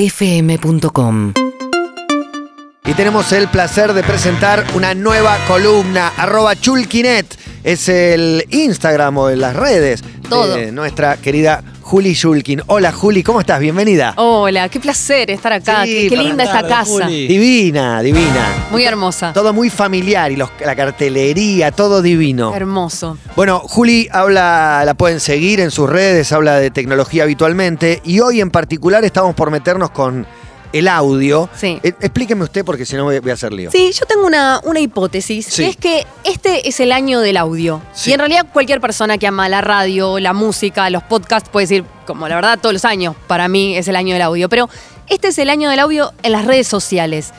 UrbanaPlayFM.com Y tenemos el placer de presentar una nueva columna, arroba chulkinet. Es el Instagram o en las redes Todo. de nuestra querida Juli Chulkin. Hola Juli, ¿cómo estás? Bienvenida. Hola, qué placer estar acá. Sí, qué qué buenas linda esta tardes, casa. Juli. Divina, divina. Muy hermosa. Todo muy familiar y los- la cartelería, todo divino. Hermoso. Bueno, Juli habla, la pueden seguir en sus redes, habla de tecnología habitualmente y hoy en particular estamos por meternos con el audio. Sí. Eh, explíqueme usted porque si no voy, voy a hacer lío. Sí, yo tengo una, una hipótesis, Sí. que es que este es el año del audio. Sí. Y en realidad cualquier persona que ama la radio, la música, los podcasts, puede decir, como la verdad, todos los años, para mí es el año del audio. Pero este es el año del audio en las redes sociales.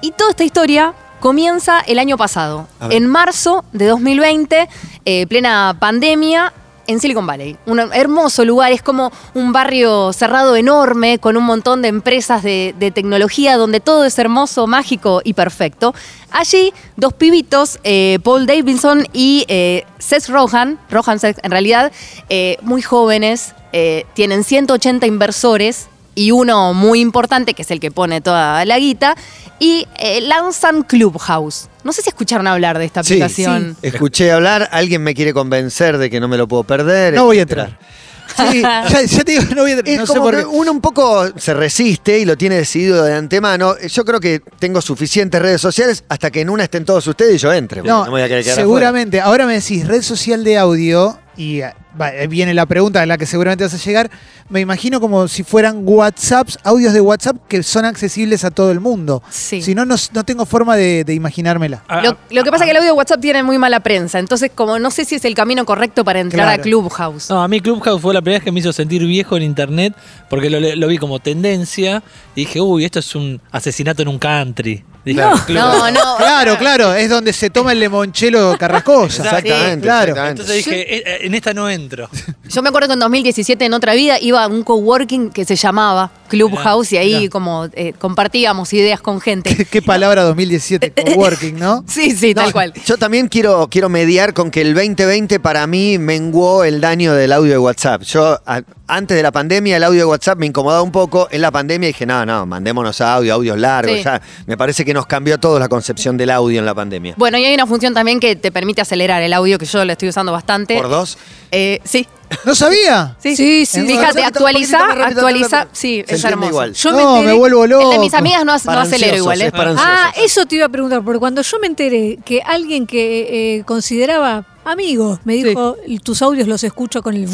Y toda esta historia comienza el año pasado, A ver. en marzo de 2020, eh, plena pandemia. En Silicon Valley, un hermoso lugar, es como un barrio cerrado enorme con un montón de empresas de, de tecnología donde todo es hermoso, mágico y perfecto. Allí, dos pibitos, eh, Paul Davidson y eh, Seth Rohan, Rohan Seth en realidad, eh, muy jóvenes, eh, tienen 180 inversores y uno muy importante, que es el que pone toda la guita, y eh, lanzan Clubhouse. No sé si escucharon hablar de esta Sí. aplicación. Escuché hablar, alguien me quiere convencer de que no me lo puedo perder. No voy a etcétera. entrar. Sí, ya, ya te digo, no voy a entrar. este Es No sé como por que qué. uno un poco se resiste y lo tiene decidido de antemano. Yo creo que tengo suficientes redes sociales hasta que en una estén todos ustedes y yo entre. porque No, me voy a querer quedar seguramente. Ahora me decís red social de audio y ah, va, eh, viene la pregunta a la que seguramente vas a llegar. Me imagino como si fueran WhatsApps, audios de WhatsApp que son accesibles a todo el mundo. Sí. Si no, no, s- no tengo forma de, de imaginármela. Ah, Lo, lo que pasa es que el audio de WhatsApp tiene muy mala prensa, entonces como no sé si es el camino correcto para entrar a Claro. Clubhouse. No, a mí Clubhouse fue la primera vez que me hizo sentir viejo en internet porque lo, lo vi como tendencia y dije, uy, esto es un asesinato en un country. Dije, "Ah, Clubhouse. No, no. Claro, claro, es donde se toma el limonchelo carrascosa. Exactamente, Sí, claro. exactamente. Entonces dije, "Eh, eh, en esta no entro. Yo me acuerdo que en 2017, en otra vida, iba a un coworking que se llamaba Clubhouse y ahí mirá. como eh, compartíamos ideas con Qué, gente. qué palabra 2017, coworking, ¿no? Sí, sí, No, tal cual. Yo también quiero, quiero mediar con que el 2020 para mí menguó el daño del audio de WhatsApp. Yo a- antes de la pandemia el audio de WhatsApp me incomodaba un poco. En la pandemia dije, no, no, mandémonos a audio, audios largos. Sí. Ya. Me parece que nos cambió a todos la concepción del audio en la pandemia. Bueno, y hay una función también que te permite acelerar el audio, que yo lo estoy usando bastante. ¿Por dos? Eh, sí. No sabía. Sí, Sí, sí. Fíjate, Poquito, actualiza, poquito, poquito, actualiza. poquito. Sí, Se es entiende hermoso. igual. Yo No, me enteré- vuelvo El de mis loco. amigas no, no Para acelero ansiosos, igual, ¿eh? es para Ah, ansiosos. eso te iba a preguntar, porque cuando yo me enteré que alguien que eh, consideraba amigo me dijo, tus audios los escucho con el...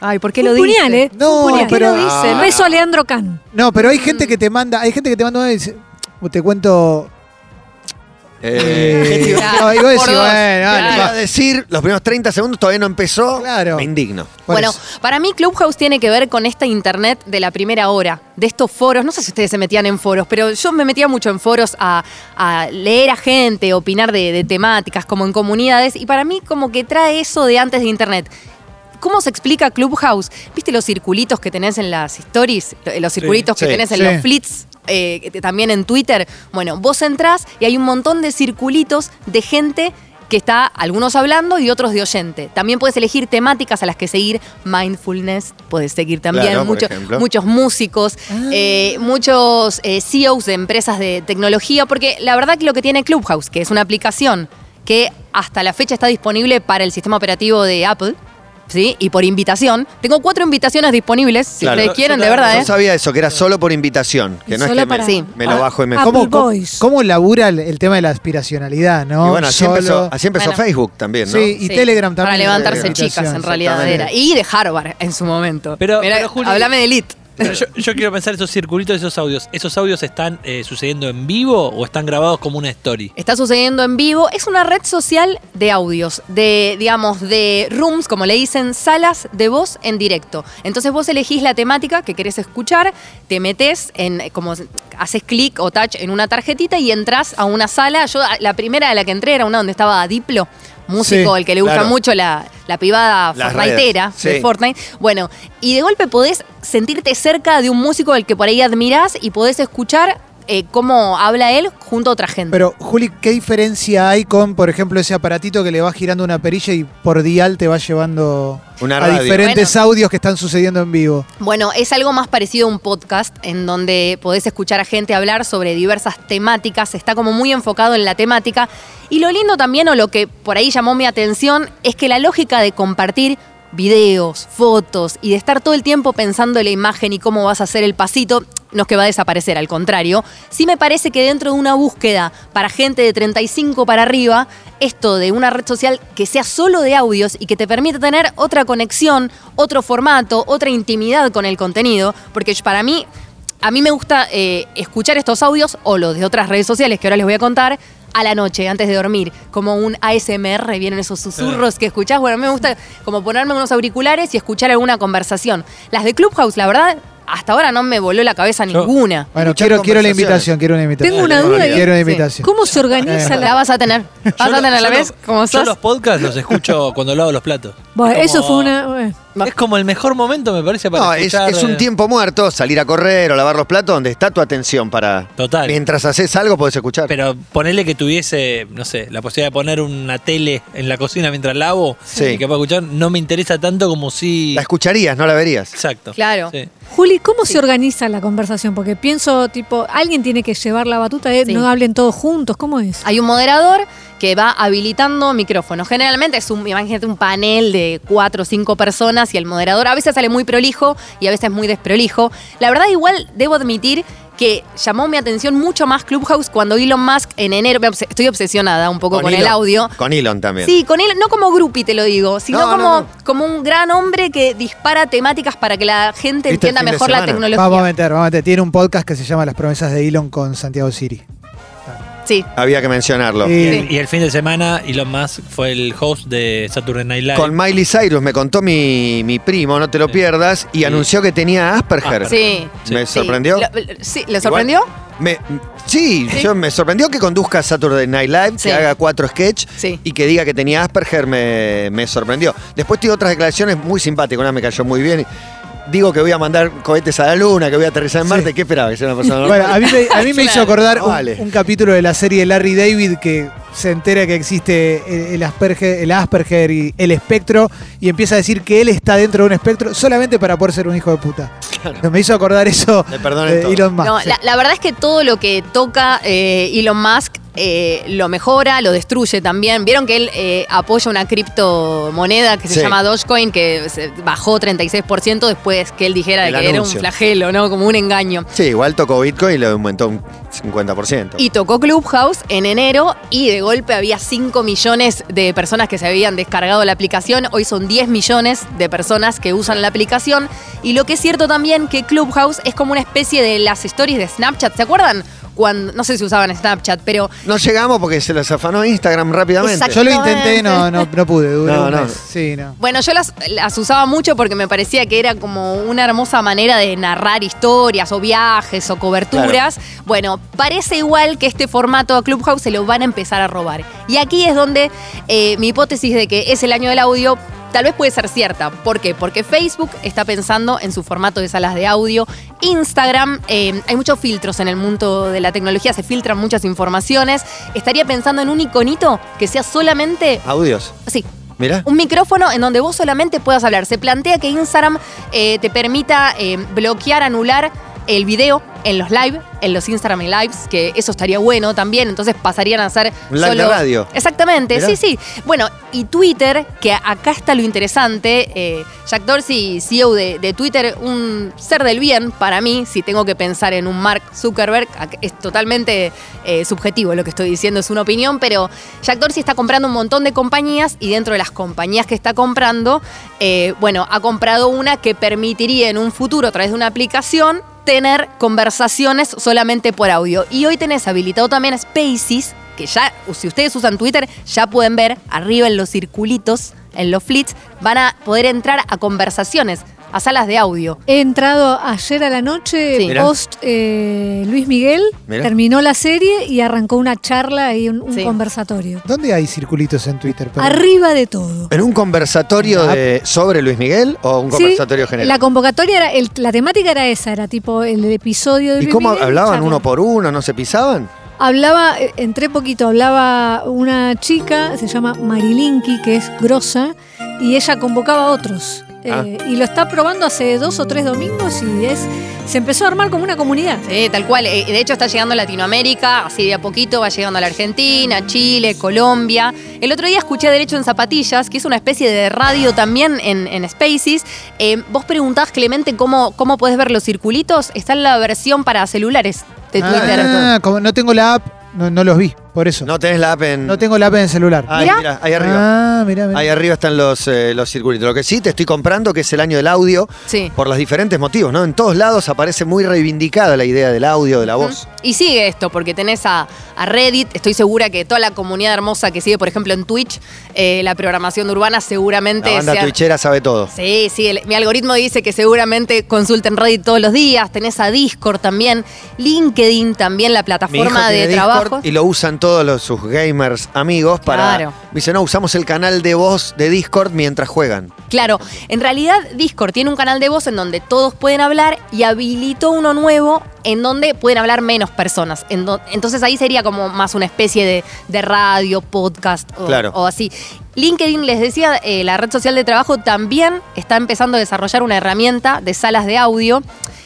Ay, ¿por qué ¿Qué lo lo dice? puñal, ¿eh? No, Un puñal. pero- ¿Qué lo dice? Ah. Beso a Leandro Can. No, pero hay Mm. gente que te manda, hay gente que te manda y dice, te cuento. Eh, ¿qué te iba- Claro, No, y vos decís, por dos. bueno, dale, te iba va. a decir? Los primeros 30 segundos todavía no empezó. Claro. Me indigno. Por Bueno, eso. para mí Clubhouse tiene que ver con esta internet de la primera hora, de estos foros. No sé si ustedes se metían en foros, pero yo me metía mucho en foros a, a leer a gente, opinar de, de temáticas, como en comunidades, y para mí como que trae eso de antes de internet. ¿Cómo se explica Clubhouse? ¿Viste los circulitos que tenés en las stories? Lo- Los circulitos que sí, tenés en sí. los flits, eh, que te- también en Twitter. Bueno, vos entrás y hay un montón de circulitos de gente que está algunos hablando y otros de oyente. También puedes elegir temáticas a las que seguir. Mindfulness, puedes seguir también. Claro, por mucho- ejemplo. muchos músicos, Ah. eh, muchos eh, CEOs de empresas de tecnología, porque la verdad que lo que tiene Clubhouse, que es una aplicación que hasta la fecha está disponible para el sistema operativo de Apple, ¿sí? Y por invitación. Tengo cuatro invitaciones disponibles, si Claro. ustedes quieren, Yo de la- verdad, No ¿eh? sabía eso, que era solo por invitación. Que no es Solo que me, para- Sí. me lo bajo y me... Ah, fumo. ¿Cómo, Apple cómo, Boys. cómo labura el, el tema de la aspiracionalidad, no? Y bueno, así Solo- empezó, así empezó Bueno. Facebook también, ¿no? Sí, Sí, y Telegram también. Para levantarse Telegram. chicas, en Invitación, realidad era. exactamente. Y de Harvard en su momento. Pero- Mirá, pero, Juli- hablame de Elite. Pero yo, yo quiero pensar esos circulitos, esos audios. ¿Esos audios están eh, sucediendo en vivo o están grabados como una story? Está sucediendo en vivo. Es una red social de audios, de, digamos, de rooms, como le dicen, salas de voz en directo. Entonces vos elegís la temática que querés escuchar, te metes en, eh, como haces clic o touch en una tarjetita y entras a una sala. Yo, a- la primera de la que entré era una donde estaba Diplo, músico, Sí, el que le gusta claro. mucho la, la pibada Las fortniteera redes, sí. de Fortnite. Bueno, y de golpe podés sentirte cerca de un músico al que por ahí admirás y podés escuchar eh, cómo habla él junto a otra gente. Pero, Juli, ¿qué diferencia hay con, por ejemplo, ese aparatito que le va girando una perilla y por dial te va llevando Una a radio. diferentes audios que están sucediendo en vivo? Bueno, es algo más parecido a un podcast en donde podés escuchar a gente hablar sobre diversas temáticas, está como muy enfocado en la temática. Y lo lindo también, o lo que por ahí llamó mi atención, es que la lógica de compartir videos, fotos y de estar todo el tiempo pensando en la imagen y cómo vas a hacer el pasito, no es que va a desaparecer, al contrario. Sí me parece que dentro de una búsqueda para gente de 35 para arriba, esto de una red social que sea solo de audios y que te permita tener otra conexión, otro formato, otra intimidad con el contenido, porque para mí, a mí me gusta eh, escuchar estos audios o los de otras redes sociales que ahora les voy a contar. A la noche, antes de dormir, como un ASMR, vienen esos susurros que escuchás. Bueno, a mí me gusta como ponerme unos auriculares y escuchar alguna conversación. Las de Clubhouse, la verdad, hasta ahora no me voló la cabeza Yo- ninguna. Bueno, Muchas quiero, quiero la conversaciones. invitación, quiero una invitación. Tengo una duda. Quiero una Sí. invitación. ¿Cómo se organiza Esa la vas a tener. Vas a Yo lo- tener a la yo vez lo- como Yo sos. los podcasts los escucho cuando lavo los platos. Bueno, Como- eso fue una. bueno. Es como el mejor momento, me parece, para No, es, escuchar. es un eh, tiempo muerto, salir a correr o lavar los platos, donde está tu atención para. Total. Mientras haces algo, podés escuchar. Pero ponerle que tuviese, no sé, la posibilidad de poner una tele en la cocina mientras lavo Sí. y que pueda escuchar, no me interesa tanto como si. la escucharías, no la verías. Exacto. Claro. Sí. Juli, ¿cómo se organiza la conversación? Porque pienso, tipo, alguien tiene que llevar la batuta de Sí. no hablen todos juntos. ¿Cómo es? Hay un moderador que va habilitando micrófonos. Generalmente es un, imagínate un panel de cuatro o cinco personas y el moderador a veces sale muy prolijo y a veces muy desprolijo. La verdad, igual debo admitir que llamó mi atención mucho más Clubhouse cuando Elon Musk en enero. me obse- Estoy obsesionada un poco con, el Elon- audio. Con Elon también. Sí, con él, no como grupi te lo digo, sino No, no, como, no. como un gran hombre que dispara temáticas para que la gente ¿Viste el entienda fin de mejor la semana? tecnología. Vamos a meter, vamos a meter. Tiene un podcast que se llama Las promesas de Elon con Santiago Siri. Sí. Había que mencionarlo. Sí. Y el fin de semana, Elon Musk fue el host de Saturday Night Live. Con Miley Cyrus, me contó mi, mi primo, no te lo Sí. pierdas, y Sí. anunció que tenía Asperger. Asperger. Ah, Sí. ¿Me Sí. sorprendió? Lo- lo- sí, ¿le sorprendió? Me- sí, Sí. yo me sorprendió que conduzca Saturday Night Live, Sí. que haga cuatro sketch Sí. y que diga que tenía Asperger, me, me sorprendió. Después tiene otras declaraciones muy simpáticas, una me cayó muy bien. Digo que voy a mandar cohetes a la luna, que voy a aterrizar en Marte. ¿Qué esperaba? Que sea una persona normal. Bueno, a mí me, a mí me hizo acordar un, Vale. un capítulo de la serie Larry David que se entera que existe el, el Asperger, el Asperger y el espectro y empieza a decir que él está dentro de un espectro solamente para poder ser un hijo de puta. Me hizo acordar eso Me perdonen de todo. Elon Musk. No, sí. la, la verdad es que todo lo que toca eh, Elon Musk eh, lo mejora, lo destruye también. Vieron que él eh, apoya una criptomoneda que se Sí. llama Dogecoin, que se bajó 36% después que él dijera El que era un anuncio. flagelo, ¿no? Como un engaño. Sí, igual tocó Bitcoin y lo aumentó un 50%. Y tocó Clubhouse en enero y de golpe había 5 millones de personas que se habían descargado la aplicación. Hoy son 10 millones de personas que usan la aplicación. Y lo que es cierto también que Clubhouse es como una especie de las stories de Snapchat. ¿Se acuerdan? Cuando, no sé si usaban Snapchat, pero no llegamos porque se las afanó Instagram rápidamente. Exacto. Yo lo intenté, no, no, no pude. duré No, un no. mes. Sí, no. Bueno, yo las, las usaba mucho porque me parecía que era como una hermosa manera de narrar historias o viajes o coberturas. Bueno, parece igual que este formato a Clubhouse se lo van a empezar a robar. Y aquí es donde eh, mi hipótesis de que es el año del audio tal vez puede ser cierta. ¿Por qué? Porque Facebook está pensando en su formato de salas de audio. Instagram, eh, hay muchos filtros en el mundo de la tecnología, se filtran muchas informaciones. Estaría pensando en un iconito que sea solamente... Audios. Sí, Mirá. un micrófono en donde vos solamente puedas hablar. Se plantea que Instagram eh, te permita eh, bloquear, anular el video en los live, en los Instagram Lives, que eso estaría bueno también, entonces pasarían a ser Un live de solo- radio. Exactamente, Mirá. sí, sí. Bueno, y Twitter, que acá está lo interesante, eh, Jack Dorsey, CEO de, de Twitter, un ser del bien para mí, si tengo que pensar en un Mark Zuckerberg, ac- es totalmente eh, subjetivo lo que estoy diciendo, es una opinión, pero Jack Dorsey está comprando un montón de compañías y dentro de las compañías que está comprando, eh, bueno, ha comprado una que permitiría en un futuro, a través de una aplicación, tener conversaciones solamente por audio. Y hoy tenés habilitado también Spaces, que ya, si ustedes usan Twitter, ya pueden ver arriba en los circulitos, en los flits, van a poder entrar a conversaciones. a salas de audio. He entrado ayer a la noche, Sí. Mirá. post eh, Luis Miguel, Mirá. terminó la serie y arrancó una charla y un, un Sí. conversatorio. ¿Dónde hay circulitos en Twitter? Perdón. Arriba de todo. ¿En un conversatorio de- sobre Luis Miguel o un Sí, conversatorio La general? convocatoria era, el- la temática era esa, era tipo el episodio de ¿Y Luis cómo Miguel, hablaban charla. uno por uno? ¿No se pisaban? Hablaba, eh, entré poquito, hablaba una chica, se llama Marilinki, que es grosa, y ella convocaba a otros. Eh, Ah. y lo está probando hace dos o tres domingos y es se empezó a armar como una comunidad. Sí, tal cual. Eh, De hecho, está llegando a Latinoamérica, así de a poquito va llegando a la Argentina, Chile, Colombia. El otro día escuché Derecho en Zapatillas, que es una especie de radio también en, en Spaces. Eh, vos preguntás, Clemente, cómo, cómo podés ver los circulitos. Está en la versión para celulares de Twitter. Ah, como no tengo la app, no, no los vi, por eso. No, ¿No tenés la app en...? tengo la app en el celular. Ay, Mirá. mirá, ahí arriba. Ah, mirá, mirá. Ahí arriba están los, eh, los circulitos. Lo que sí te estoy comprando, que es el año del audio, Sí. por los diferentes motivos, ¿no? En todos lados aparece muy reivindicada la idea del audio, de la voz. Y sigue esto, porque tenés a, a Reddit, estoy segura que toda la comunidad hermosa que sigue, por ejemplo, en Twitch, eh, la programación de Urbana seguramente La banda sea- twitchera sabe todo. Sí, sí, el- mi algoritmo dice que seguramente consulten Reddit todos los días, tenés a Discord también, LinkedIn también, Mi la hijo plataforma de tiene trabajo. Discord y lo usan todos los, sus gamers amigos para... Claro. Me Dice, no, usamos el canal de voz de Discord mientras juegan. Claro, en realidad Discord tiene un canal de voz en donde todos pueden hablar y habilitó uno nuevo en donde pueden hablar menos personas. En do- Entonces ahí sería como más una especie de, de radio, podcast o, Claro. o así. LinkedIn, les decía, eh, la red social de trabajo también está empezando a desarrollar una herramienta de salas de audio.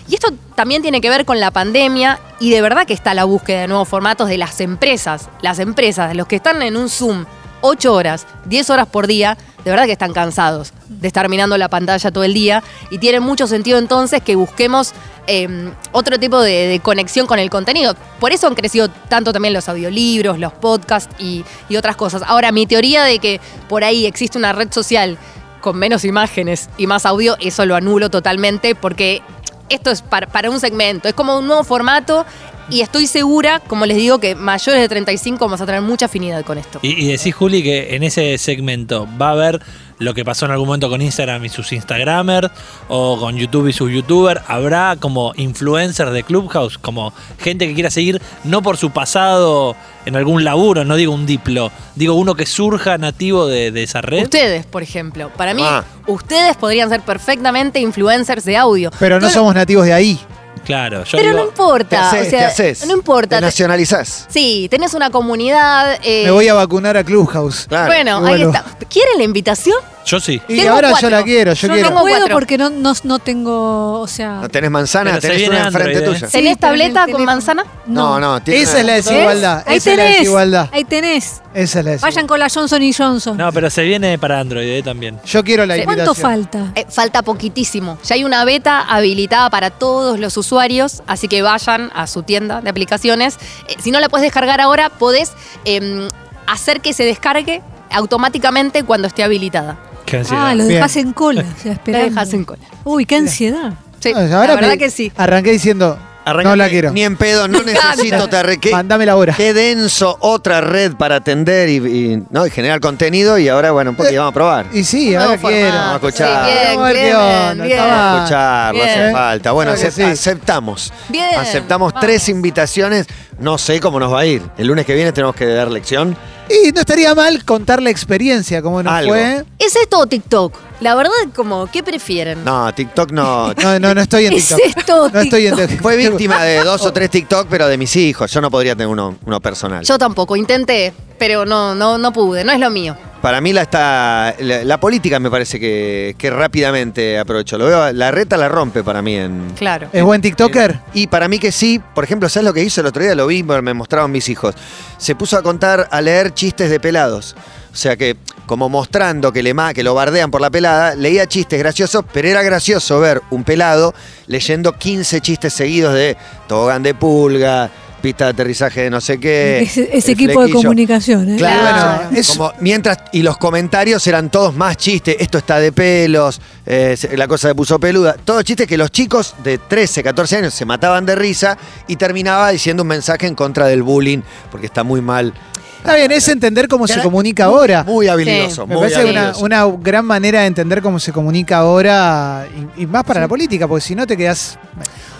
Y esto también tiene que ver con la pandemia y de verdad que está la búsqueda de nuevos formatos de las empresas. Las empresas, los que están en un Zoom 8 horas, 10 horas por día, de verdad que están cansados de estar mirando la pantalla todo el día y tiene mucho sentido entonces que busquemos eh, otro tipo de, de conexión con el contenido. Por eso han crecido tanto también los audiolibros, los podcasts y, y otras cosas. Ahora, mi teoría de que por ahí existe una red social con menos imágenes y más audio, eso lo anulo totalmente porque esto es para, para un segmento, es como un nuevo formato y estoy segura, como les digo, que mayores de 35 vamos a tener mucha afinidad con esto. Y, y decís, Juli, que en ese segmento va a haber lo que pasó en algún momento con Instagram y sus Instagramers, o con YouTube y sus YouTubers. Habrá como influencers de Clubhouse, como gente que quiera seguir, no por su pasado en algún laburo, no digo un diplo, digo uno que surja nativo de, de esa red. Ustedes, por ejemplo. Para mí, Ah. ustedes podrían ser perfectamente influencers de audio. Pero no Todo- somos nativos de ahí. Claro, yo Pero digo, no importa. te haces, o sea, te haces. No importa. Te nacionalizás. Sí, tenés una comunidad. eh, Me voy a vacunar a Clubhouse. Claro. Bueno, Y ahí bueno. está. ¿Quieren la invitación? yo sí. Y Tengo ahora cuatro. yo la quiero, yo, Yo quiero. tengo- No puedo cuatro. porque no, no, no tengo, o sea... No tenés manzana, Pero se tenés viene una enfrente Android, ¿eh? tuya. ¿Tenés Sí, pero en el tableta con teléfono. manzana? No, no, tiene Esa es la una- desigualdad. Ahí Esa es la tenés, desigualdad. Ahí tenés. Esa es la desigualdad. Vayan con la Johnson y Johnson. No, pero se viene para Android eh, también. Yo quiero la invitación. ¿Cuánto falta? Eh, falta poquitísimo. Ya hay una beta habilitada para todos los usuarios, así que vayan a su tienda de aplicaciones. Eh, si no la puedes descargar ahora, podés em, hacer que se descargue automáticamente cuando esté habilitada. Qué ansiedad. Ah, lo Bien. dejas en cola. O sea, La esperando. dejas en cola. Uy, qué ansiedad. Sí, No, la verdad Ah, me- que sí. Arranqué diciendo, Arrancate, no la quiero. Ni en pedo, no necesito, te arre- qué- Mandámela ahora. Qué denso otra red para atender y, y, ¿no? y generar contenido y ahora, bueno, porque vamos a probar. Eh, Y sí, No, ahora formato. quiero. Vamos a escuchar. Sí, bien, Vamos a ver qué Clemen, onda, bien. está mal. Escucharlo, Bien. hace falta. Bueno, Claro que acep- sí. aceptamos. Bien, aceptamos vamos. tres invitaciones. No sé cómo nos va a ir. El lunes que viene tenemos que dar lección. Y no estaría mal contar la experiencia, como nos Algo. fue. ¿Es esto o TikTok? La verdad, como, ¿qué prefieren? No, TikTok no. No, no, no estoy en ¿Es TikTok. esto, no estoy en TikTok. Fue víctima de dos o tres TikTok, pero de mis hijos. Yo no podría tener uno, uno personal. Yo tampoco, intenté, pero no, no, no pude, no es lo mío. Para mí la está. La, la política me parece que, que rápidamente aprovecho. Lo veo, la reta la rompe para mí en. Claro. ¿Es buen TikToker? Y para mí que sí, por ejemplo, ¿sabes lo que hizo el otro día? Lo vi, me mostraron mis hijos. Se puso a contar, a leer chistes de pelados. O sea que, como mostrando que le ma- que lo bardean por la pelada, leía chistes graciosos, pero era gracioso ver un pelado leyendo 15 chistes seguidos de tobogán de pulga, pista de aterrizaje de no sé qué. Ese, Eh, el ese equipo de flequillo. comunicación, ¿eh? Claro, Claro. bueno, es- como mientras y los comentarios eran todos más chistes, esto está de pelos, eh, se- la cosa se puso peluda, todos chistes que los chicos de 13, 14 años se mataban de risa y terminaba diciendo un mensaje en contra del bullying, porque está muy mal Está bien, es entender cómo se comunica ahora. Muy habilidoso, Ah. Me muy parece una, habilidoso. una gran manera de entender cómo se comunica ahora y, y más para la política, porque si no te quedas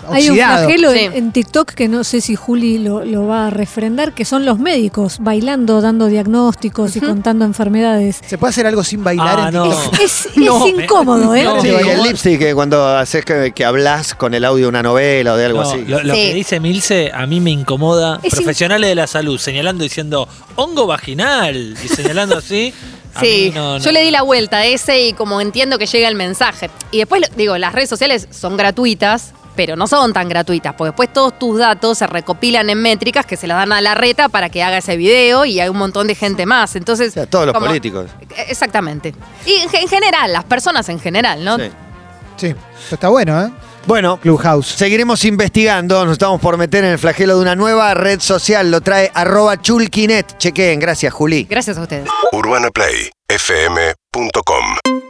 Hay un oxidado. flagelo Sí. en, en TikTok que no sé si Juli lo, lo va a refrendar, que son los médicos bailando, dando diagnósticos y contando enfermedades. ¿Se puede hacer algo sin bailar Ah, en no. TikTok? Es, es No, me- incómodo, ¿eh? no. Sí, ¿Cómo? el lipstick que cuando haces que, que hablas con el audio de una novela o de algo No, así. Lo, lo Sí. que dice Milce a mí me incomoda. Es Profesionales de la salud señalando diciendo hongo vaginal y señalando así. a Sí, mí no, yo no. le di la vuelta a ese y como entiendo que llega el mensaje. Y después, lo- digo, las redes sociales son gratuitas, pero no son tan gratuitas, porque después todos tus datos se recopilan en métricas que se las dan a la reta para que haga ese video y hay un montón de gente más. Entonces, O sea, todos los políticos. Eh, Exactamente. Y en, en general, las personas en general, ¿no? Sí. Sí, Eso está bueno, ¿eh? Bueno, Clubhouse. seguiremos investigando. Nos estamos por meter en el flagelo de una nueva red social. Lo trae arroba chulkinet. Chequeen. Gracias, Juli. Gracias a ustedes. UrbanaPlayFM.com